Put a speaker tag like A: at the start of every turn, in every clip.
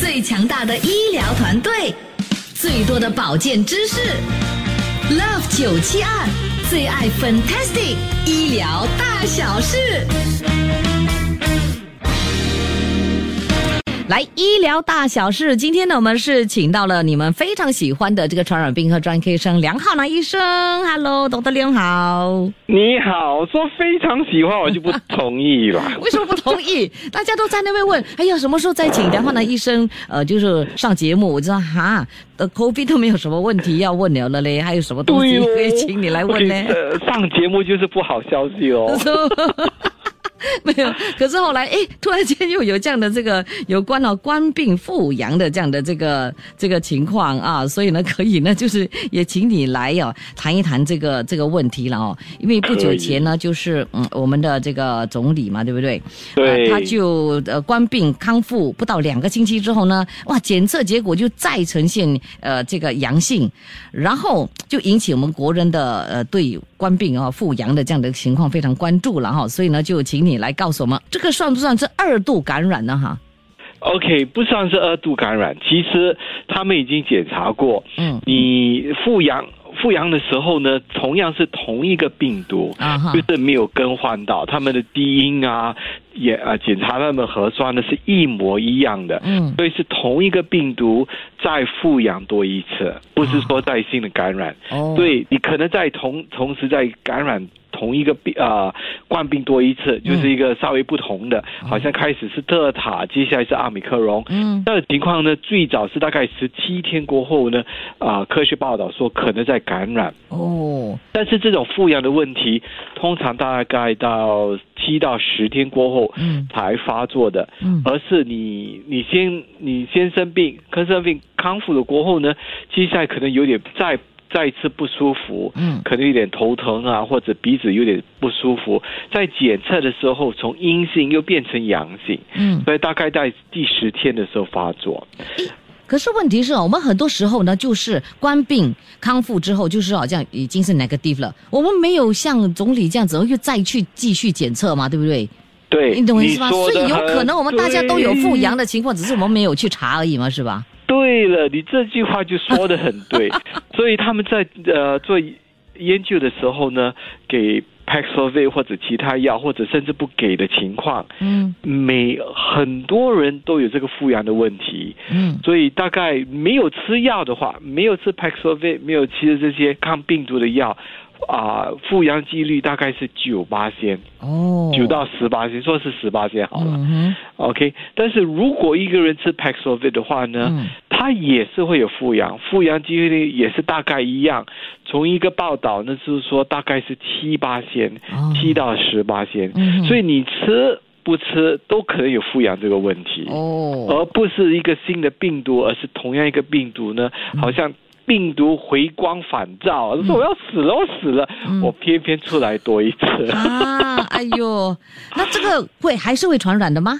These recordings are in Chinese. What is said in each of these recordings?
A: 最强大的医疗团队，最多的保健知识。Love 九七二最爱 Fantastic 医疗大小事。来，医疗大小事，今天呢，我们是请到了你们非常喜欢的这个传染病科专科医生梁浩南医生。Hello，董德亮好。
B: 你好，说非常喜欢我就不同意了。
A: 为什么不同意？大家都在那边问，哎呀，什么时候再请梁浩南医生？呃，就是上节目，我知道哈，呃，COVID 都没有什么问题要问了了嘞，还有什么东西
B: 对哦
A: 可以请你来问呢？
B: 呃上节目就是不好消息哦。
A: 没有，可是后来哎，突然间又有这样的这个有关哦官病复阳的这样的这个这个情况啊，所以呢，可以呢，就是也请你来哦谈一谈这个这个问题了哦，因为不久前呢，就是嗯我们的这个总理嘛，对不对？
B: 对
A: 呃他就呃官病康复不到两个星期之后呢，哇，检测结果就再呈现呃这个阳性，然后就引起我们国人的呃对官病啊、复阳的这样的情况非常关注了哈，所以呢，就请你来告诉我们，这个算不算是二度感染呢？哈，
B: OK，不算是二度感染，其实他们已经检查过，
A: 嗯
B: 你复阳复阳的时候呢，同样是同一个病毒，
A: 啊哈
B: 就，是没有更换到他们的基因啊，也啊检查他们核酸的是一模一样的。
A: 嗯
B: 所以是同一个病毒再复阳多一次，不是说带新的感染。
A: 哦，
B: 对你可能在同同时在感染同一个病啊、冠病多一次，就是一个稍微不同的，好像开始是德尔塔，接下来是奥米克戎。
A: 嗯
B: 那情况呢？最早是大概十七天过后呢，啊、科学报道说可能在感染，
A: 哦
B: 但是这种复阳的问题，通常大概到七到十天过后
A: 嗯
B: 才发作的。
A: 嗯
B: 而是你你先你先生病，可生病康复了过后呢，接下来可能有点再再次不舒服，
A: 嗯
B: 可能有点头疼啊，或者鼻子有点不舒服，在检测的时候从阴性又变成阳性，
A: 嗯，
B: 所以大概在第十天的时候发作。
A: 可是问题是哦我们很多时候呢，就是官病康复之后，就是好像已经是 negative 了，我们没有像总理这样子又再去继续检测嘛，对不对？
B: 对，
A: 你懂我意思吗？
B: 说
A: 所
B: 得
A: 以有
B: 很
A: 可能我们大家都有复阳
B: 对。
A: 的情况，只是我们没有去查而已嘛，是吧？
B: 对了，你这句话就说的很对。所以他们在呃做研究的时候呢，给 Paxlovid 或者其他药，或者甚至不给的情况，
A: 嗯
B: 每很多人都有这个复阳的问题，
A: 嗯
B: 所以大概没有吃药的话，没有吃 Paxlovid，没有吃这些抗病毒的药，啊、复阳几率大概是九八先，
A: 哦，
B: 九到十八先，说是十八先好了、
A: 嗯
B: o k 但是如果一个人吃 Paxlovid 的话呢，
A: 嗯
B: 他也是会有复阳，复阳几率也是大概一样。从一个报道，那就是说大概是七八先
A: 哦，
B: 七到十八先
A: 嗯，
B: 所以你吃不吃都可能有复阳这个问题
A: 哼，，哦，
B: 而不是一个新的病毒，而是同样一个病毒呢，
A: 嗯
B: 好像。病毒回光返照，说我要死了，我死了，我偏偏出来多一次
A: 嗯啊，哎呦，那这个会还是会传染的吗？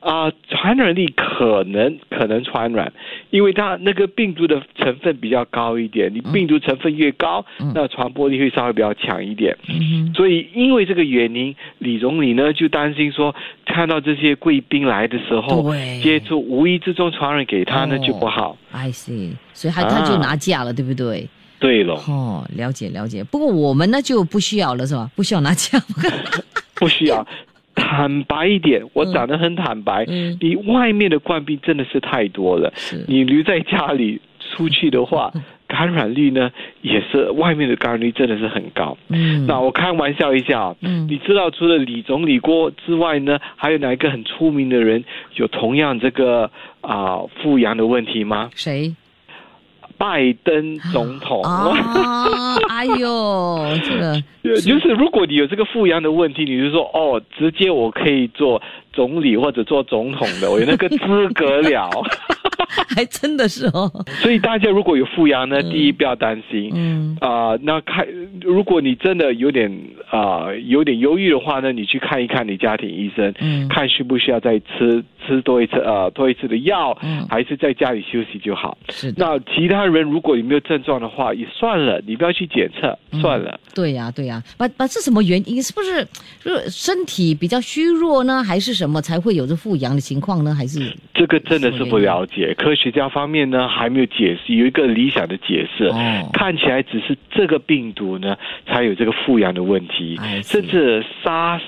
B: 啊、传染力可能可能传染，因为它那个病毒的成分比较高一点，你病毒成分越高，
A: 嗯
B: 那传播力会稍微比较强一点。
A: 嗯
B: 所以因为这个原因，李总理呢就担心说，看到这些贵宾来的时候
A: 对，
B: 哦接触无意之中传染给他呢、
A: 哦
B: 就不好。
A: 哼，I see，所以他、
B: 啊
A: 他就拿假了，对不对？
B: 对了，
A: 哦，了解了解。不过我们呢就不需要了，是吧？不需要拿假。
B: 不需要。坦白一点，我讲得很坦白，
A: 嗯
B: 你外面的冠病真的是太多了。
A: 是
B: 你留在家里出去的话，
A: 嗯
B: 感染率呢也是外面的感染率真的是很高。
A: 嗯
B: 那我开玩笑一下啊，
A: 嗯
B: 你知道除了李总理郭之外呢，还有哪一个很出名的人有同样这个啊复阳的问题吗？
A: 谁？
B: 拜登总统。
A: 啊，
B: 哦
A: 哎呦，这个
B: 呃 就是如果你有这个复阳的问题，你就说哦，直接我可以做总理或者做总统的，我有那个资格 了。
A: 还真的是 哦，
B: 所以大家如果有复阳呢，第一不要担心。
A: 嗯。
B: 啊、那看，如果你真的有点啊、有点忧郁的话呢，你去看一看你家庭医生，
A: 嗯
B: 看需不需要再吃吃吃多一次呃多一次的药，
A: 嗯
B: 还是在家里休息就好。
A: 是的，
B: 那其他人如果有没有症状的话，也算了，你不要去检测，
A: 嗯
B: 算了。
A: 对呀、对呀、把把是什么原因？是不是就是身体比较虚弱呢，还是什么才会有这复阳的情况呢？还是
B: 这个真的是不了解，科学家方面呢还没有解释，有一个理想的解释。
A: 哦
B: 看起来只是这个病毒呢才有这个复阳的问题
A: I，see
B: 甚至 SARS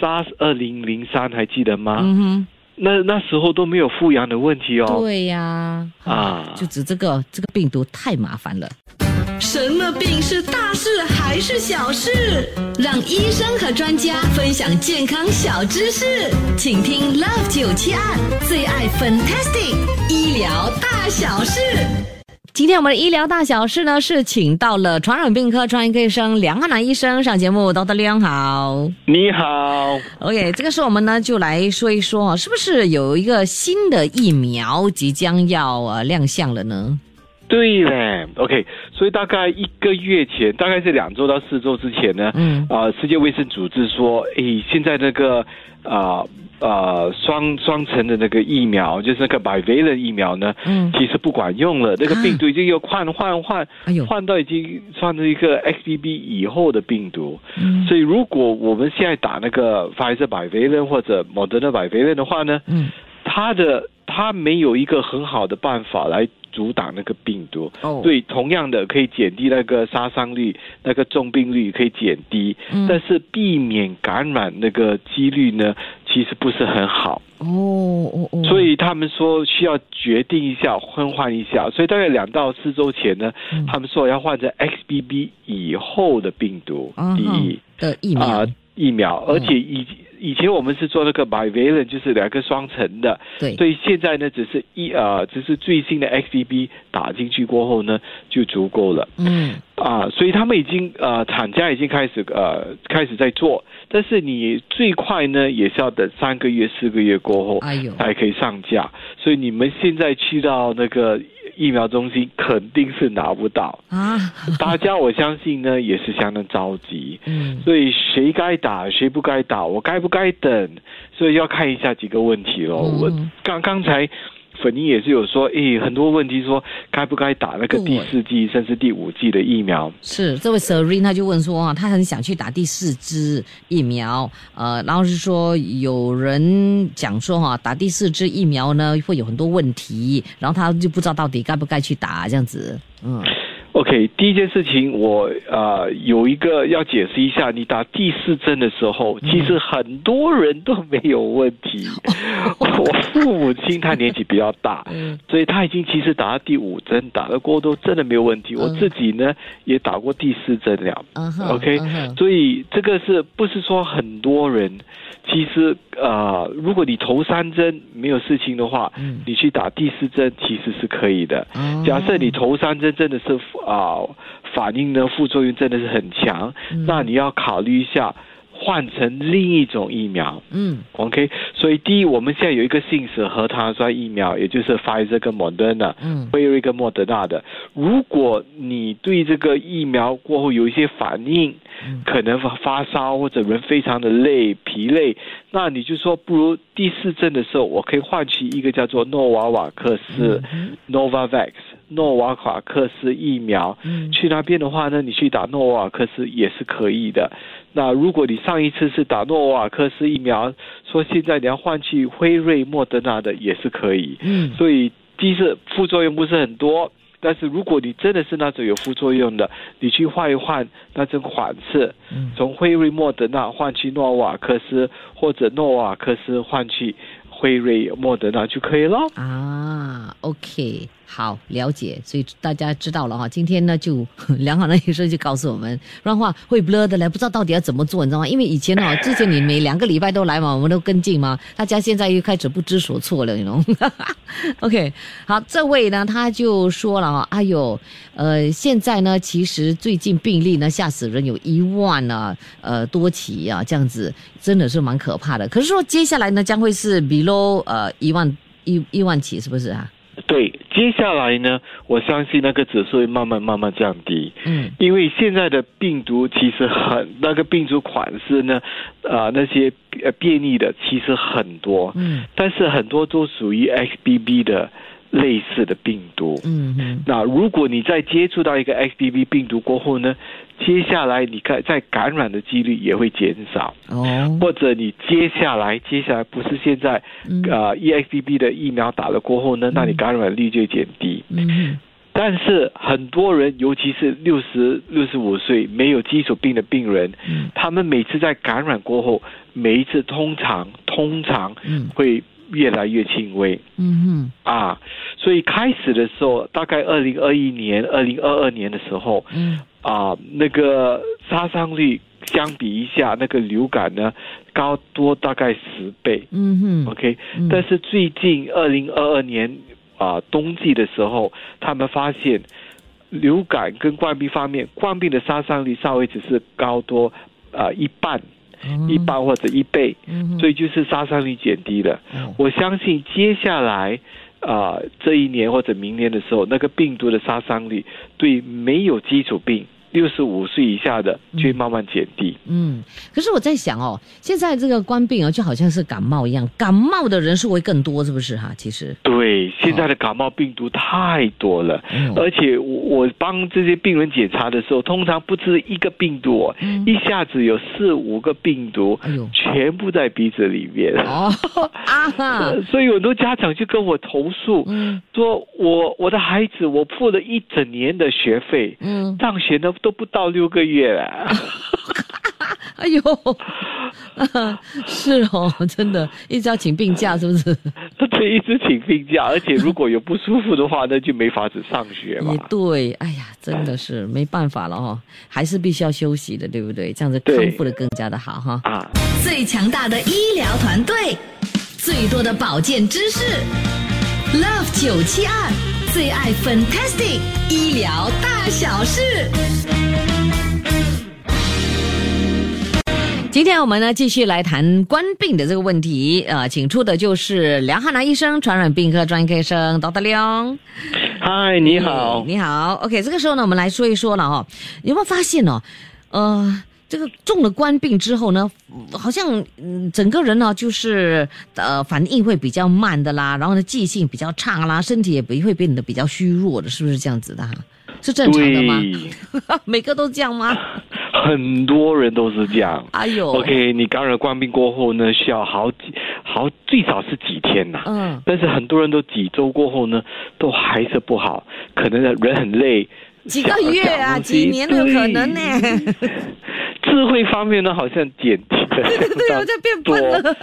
B: SARS 二零零三还记得吗？
A: 嗯
B: 那那时候都没有复阳的问题
A: 哼，
B: 哦。
A: 对呀、
B: 啊
A: 就指这个这个病毒太麻烦了。
C: 什么病是大事还是小事？让医生和专家分享健康小知识，请听 Love 九七二最爱 Fantastic 医疗大小事。
A: 今天我们的医疗大小事呢，是请到了传染病科专科医生梁汉南医生上节目。Dr. 梁好
B: 你好，
A: ，OK，这个时候我们呢就来说一说啊，是不是有一个新的疫苗即将要呃亮相了呢？
B: 对嘞，OK，所以大概一个月前，大概是两周到四周之前呢，
A: 嗯
B: 啊、世界卫生组织说，诶，现在那个啊呃双双层的那个疫苗，就是那个百维的疫苗呢，
A: 嗯
B: 其实不管用了，那个
A: 啊
B: 病毒已经要换换换
A: 哎呦，
B: 换到已经算是一个 XBB 以后的病毒，
A: 嗯
B: 所以如果我们现在打那个 Pfizer 百维人或者 Moderna 百维人的话呢，
A: 嗯，
B: 它的它没有一个很好的办法来阻挡那个病毒。
A: 哦
B: 对，同样的可以减低那个杀伤率，那个重病率可以减低，
A: 嗯
B: 但是避免感染那个几率呢，其实不是很好。
A: 哦哦哦，
B: 所以他们说需要决定一下，更换一下。所以大概两到四周前呢，
A: 嗯
B: 他们说要换成 XBB 以后的病毒
A: 啊
B: 第
A: 哈
B: 一。
A: 的疫
B: 啊、
A: 苗，嗯
B: 疫苗，而且以、以前我们是做那个 bivalent，就是两个双层的，
A: 对
B: 所以现在呢，只是一呃，只是最新的 XBB 打进去过后呢，就足够了
A: 嗯
B: 啊、所以他们已经呃，厂家已经开始呃开始在做，但是你最快呢，也是要等三个月、四个月过后，
A: 哎呦
B: 才可以上架，所以你们现在去到那个疫苗中心，肯定是拿不 到。
A: 啊，
B: 大家我相信呢，也是相当着急。
A: 嗯
B: 所以谁该打，谁不该打，我该不该等，所以要看一下几个问题咯。
A: 嗯
B: 我刚刚才粉妮也是有说，诶，很多问题说该不该打那个第四季甚至第五季的疫苗。
A: 是，这位 Serena 就问说啊，她很想去打第四支疫苗，呃，然后是说有人讲说哈、打第四支疫苗呢会有很多问题，然后她就不知道到底该不该去打这样子，嗯
B: OK，第一件事情我呃有一个要解释一下，你打第四针的时候，其实很多人都没有问题。我父母亲他年纪比较大，
A: 嗯
B: 所以他已经其实打到第五针，打了过后都真的没有问题。我自己呢也打过第四针了。
A: 嗯哼
B: OK，、
A: 嗯哼
B: 所以这个是不是说很多人其实呃，如果你头三针没有事情的话，
A: 嗯
B: 你去打第四针其实是可以的。
A: 哦
B: 假设你头三针真的是啊、反应呢副作用真的是很强，
A: 嗯
B: 那你要考虑一下换成另一种疫苗。
A: 嗯
B: OK，所以第一，我们现在有一个信使核糖酸疫苗，也就是 Pfizer 跟 Moderna，
A: 嗯
B: 辉瑞跟莫德纳的。如果你对这个疫苗过后有一些反应，
A: 嗯
B: 可能发发烧或者人非常的累、疲累，那你就说不如第四针的时候，我可以换取一个叫做诺瓦瓦克斯
A: 嗯
B: （Novavax） 诺瓦瓦克斯疫苗。
A: 嗯
B: 去那边的话呢，你去打诺瓦克斯也是可以的。那如果你上一次是打诺瓦克斯疫苗，说现在你要换去辉瑞、莫德纳的也是可以。
A: 嗯
B: 所以第一是副作用不是很多，但是如果你真的是那种有副作用的，你去换一换那种款式，
A: 嗯
B: 从辉瑞、莫德纳换去诺瓦克斯，或者诺瓦克斯换去辉瑞、莫德纳就可以咯。
A: 啊，OK，好，了解，所以大家知道了哈。今天呢，就 良好的医生就告诉我们，不然的话会 blur 的嘞，不知道到底要怎么做，你知道吗？因为以前哦，之前你每两个礼拜都来嘛，我们都跟进嘛，大家现在又开始不知所措了，你懂 ？OK，好，这位呢，他就说了啊，哎呦，呃，现在呢，其实最近病例呢吓死人，有一万呢、呃，多起啊，这样子真的是蛮可怕的。可是说接下来呢，将会是 below 呃一万一一万起，是不是啊？
B: 对，接下来呢，我相信那个指数会慢慢慢慢降低。
A: 嗯
B: 因为现在的病毒其实很，那个病毒款式呢，啊、那些呃变异的其实很多，
A: 嗯
B: 但是很多都属于 XBB 的类似的病毒。
A: 嗯嗯
B: 那如果你再接触到一个 XBB 病毒过后呢，接下来你看在感染的几率也会减少，
A: 哦，
B: 或者你接下来接下来不是现在
A: 嗯
B: 啊、呃、EXBB 的疫苗打了过后呢，那你感染率就会减低。
A: 嗯
B: 但是很多人，尤其是六十六十五岁没有基础病的病人，
A: 嗯
B: 他们每次在感染过后，每一次通常通常
A: 嗯
B: 会越来越轻微
A: 嗯
B: 啊。所以开始的时候，大概二零二一年、二零二二年的时候
A: 嗯嗯
B: 啊，那个杀伤力相比一下，那个流感呢高多大概十倍。
A: 嗯哼
B: OK，
A: 嗯
B: 但是最近二零二二年啊、冬季的时候，他们发现流感跟冠病方面，冠病的杀伤力稍微只是高多啊、呃一半、
A: 嗯
B: 一半或者一倍，
A: 嗯
B: 所以就是杀伤力减低了。
A: 哦
B: 我相信接下来。啊、这一年或者明年的时候，那个病毒的杀伤力对没有基础病、六十五岁以下的就会慢慢减低。
A: 嗯，可是我在想哦，现在这个冠病啊，就好像是感冒一样，感冒的人数会更多，是不是哈、其实，
B: 对，现在的感冒病毒太多了，
A: 嗯
B: 而且我我帮这些病人检查的时候，通常不止一个病毒、哦，
A: 嗯
B: 一下子有四五个病毒，
A: 哎呦
B: 全部在鼻子里面。
A: 哦啊哈，
B: 呃 所以很多家长就跟我投诉，
A: 嗯
B: 说我我的孩子，我付了一整年的学费，
A: 嗯，
B: 上学呢都不到六个月了。
A: 哎呦， 是哦，真的，一直要请病假，是不是？
B: 他得一直请病假，而且如果有不舒服的话，那就没法子上学嘛
A: 也。对，哎呀，真的是没办法了哦，还是必须要休息的，对不对？这样子康
B: 对
A: 复的更加的好哈。
B: 啊。
C: 最强大的医疗团队，最多的保健知识，Love 972最爱 Fantastic 医疗大小事。
A: 今天我们呢继续来谈冠病的这个问题，呃，请出的就是梁汉南医生，传染病科专科医生 d 德 t
B: 嗨，你好。
A: 嗯你好，OK，这个时候呢，我们来说一说了哈、哦，有没有发现哦，呃，这个中了冠病之后呢，好像嗯整个人呢就是呃反应会比较慢的啦，然后呢记性比较差啦，身体也不会变得比较虚弱的，是不是这样子的哈？是正常的吗？
B: 对，
A: 每个都这样吗？
B: 很多人都是这样。
A: 哎呦
B: OK，你感染冠病过后呢，需要好几好最少是几天呐、
A: 嗯
B: 但是很多人都几周过后呢，都还是不好，可能人很累。
A: 几个月啊
B: 想东西
A: 几年都有可能 呢
B: 对智慧方面呢，好像减低了，
A: 对，我就变笨
B: 多
A: 了。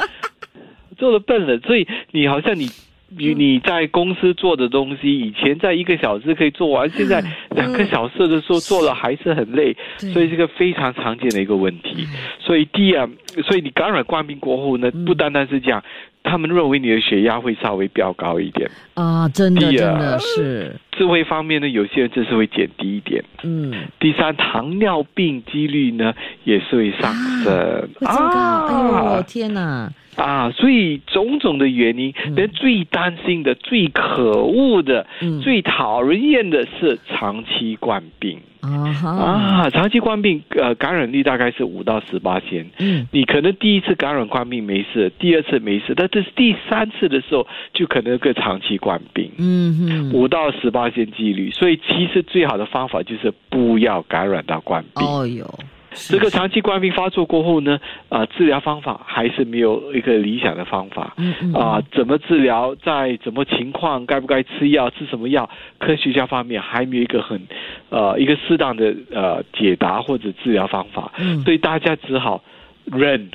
B: 做了笨了，所以你好像你。
A: 嗯
B: 你你在公司做的东西，以前在一个小时可以做完，现在
A: 嗯
B: 两个小时的时候做了还是很累，
A: 对
B: 所以这个非常常见的一个问题。
A: 嗯
B: 所以第二，所以你感染冠病过后呢，不单单是这样，他们认为你的血压会稍微飙高一点，
A: 啊，真的真
B: 低啊
A: 的是，
B: 智慧方面呢，有些人就是会减低一点。
A: 嗯，
B: 第三，糖尿病几率呢也是会上升
A: 啊会增高。哎呦，天哪！
B: 啊，所以种种的原因
A: 嗯，
B: 人最担心的、最可恶的、
A: 嗯
B: 最讨人厌的是长期冠病
A: 啊哈，
B: 啊！长期冠病，呃，感染率大概是五到十八千。
A: 嗯
B: 你可能第一次感染冠病没事，第二次没事，但是第三次的时候就可能有个长期冠病，
A: 嗯哼。
B: 五到十八千几率。所以其实最好的方法就是不要感染到冠病。
A: 哦哟，是
B: 这个长期冠病发作过后呢，啊、治疗方法还是没有一个理想的方法。
A: 嗯嗯
B: 啊、怎么治疗，在怎么情况，该不该吃药，吃什么药，科学家方面还没有一个很，呃，一个适当的呃解答或者治疗方法，
A: 嗯
B: 所以大家只好忍，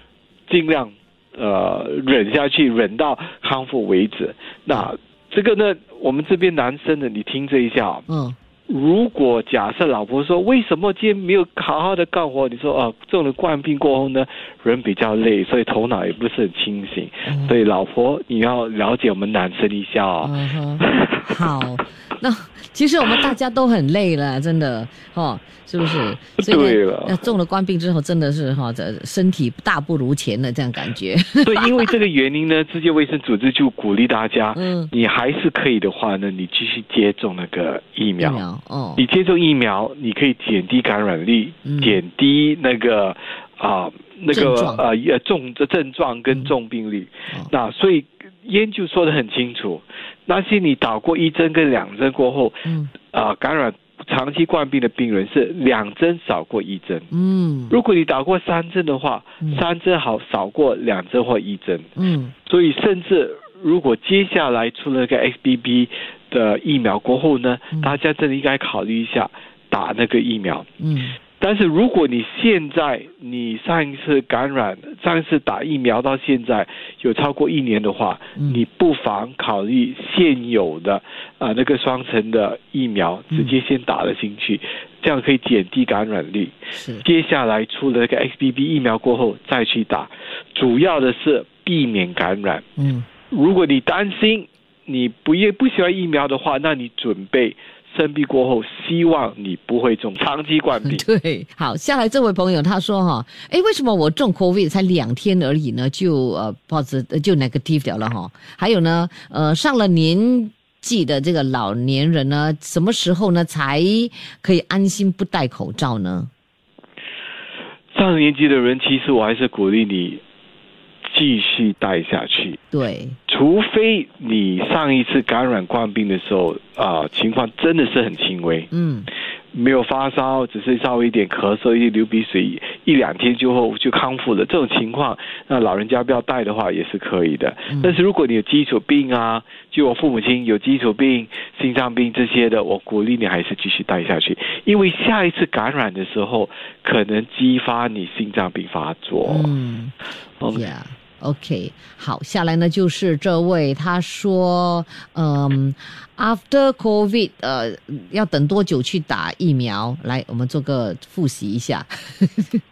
B: 尽量呃忍下去，忍到康复为止。那这个呢，我们这边男生呢，你听这一下啊、
A: 嗯
B: 如果假设老婆说为什么今天没有好好的干活，你说啊中了冠病过后呢，人比较累，所以头脑也不是很清醒，
A: 嗯
B: 所以老婆你要了解我们男生一下哦。
A: 嗯嗯 哼，好， 那其实我们大家都很累了，真的哦，是不是？ 所以呢
B: 对了
A: 呃中了冠病之后，真的是哈，这、身体大不如前的这样感觉。
B: 所以因为这个原因呢，世界卫生组织就鼓励大家，
A: 嗯
B: 你还是可以的话呢，你继续接种那个 疫苗。
A: 哦，
B: 你接种疫苗，你可以减低感染力，
A: 嗯
B: 减低那个啊、那
A: 症
B: 个
A: 状
B: 呃呃重的症状
A: 嗯
B: 跟重病率。
A: 哦
B: 那所以研究说的很清楚，那些你打过一针跟两针过后
A: 嗯
B: 啊、感染长期冠病的病人是两针少过一针。
A: 嗯
B: 如果你打过三针的话
A: 嗯，
B: 三针好少过两针或一针。
A: 嗯
B: 所以甚至如果接下来出了个 XBB 的疫苗过后呢
A: 嗯，
B: 大家真的应该考虑一下打那个疫苗。
A: 嗯
B: 但是如果你现在你上一次感染、上一次打疫苗到现在有超过一年的话，
A: 嗯
B: 你不妨考虑现有的啊、那个双层的疫苗
A: 嗯
B: 直接先打了进去，这样可以减低感染力。
A: 是
B: 接下来出了那个 XBB 疫苗过后再去打，主要的是避免感染。
A: 嗯。
B: 如果你担心你不也不喜欢疫苗的话，那你准备生病过后，希望你不会中长期冠病
A: 对，好，下来这位朋友他说哈，诶，为什么我中 COVID 才两天而已呢？就呃 positive 就 negative 掉了哈。还有呢，呃，上了年纪的这个老年人呢，什么时候呢才可以安心不戴口罩呢？
B: 上了年纪的人，其实我还是鼓励你继续戴下去，
A: 对，
B: 除非你上一次感染冠病的时候啊、情况真的是很轻微，
A: 嗯
B: 没有发烧，只是稍微一点咳嗽、一点流鼻水，一两天之后就康复了。这种情况，那老人家不要带的话也是可以的
A: 嗯。
B: 但是如果你有基础病啊，就我父母亲有基础病、心脏病这些的，我鼓励你还是继续带下去，因为下一次感染的时候，可能激发你心脏病发作。
A: 嗯。
B: 嗯
A: Yeah. OK，好，下来呢就是这位，他说，嗯，after COVID，呃，要等多久去打疫苗？来，我们做个复习一下，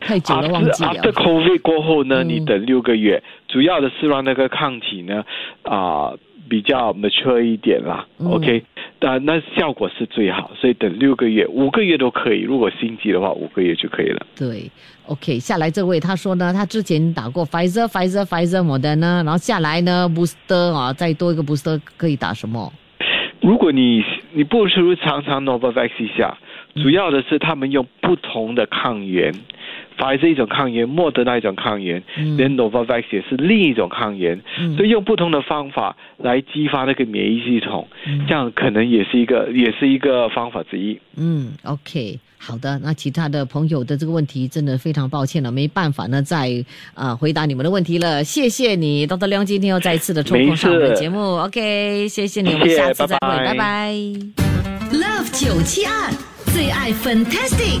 A: 太久了忘
B: after
A: 记了。
B: after COVID 过后呢，
A: 嗯
B: 你等六个月，主要的是让那个抗体呢啊、比较 mature 一点啦。
A: 嗯
B: OK，那那效果是最好，所以等六个月、五个月都可以。如果心急的话，五个月就可以了。
A: 对，OK，下来这位他说呢，他之前打过 Pfizer、Pfizer、Pfizer、Moderna，然后下来呢 booster 啊，再多一个 booster 可以打什么？
B: 如果你你不如常常 Novavax 一下，主要的是他们用不同的抗原。反是一种抗原，莫德那一种抗原，
A: 嗯
B: 连 Novavax 也是另一种抗原，
A: 嗯
B: 所以用不同的方法来激发那个免疫系统，
A: 嗯
B: 这样可能也是一个也是一个方法之一。
A: 嗯，OK，好的。那其他的朋友的这个问题真的非常抱歉了，没办法呢，再啊、呃回答你们的问题了。谢谢你，多多亮今天又再一次的抽空上我们的
B: 没事
A: 节目，OK，谢谢你，我们
B: 谢谢
A: 下次再会，
B: 拜拜
A: 拜拜
C: Love 九七二最爱 Fantastic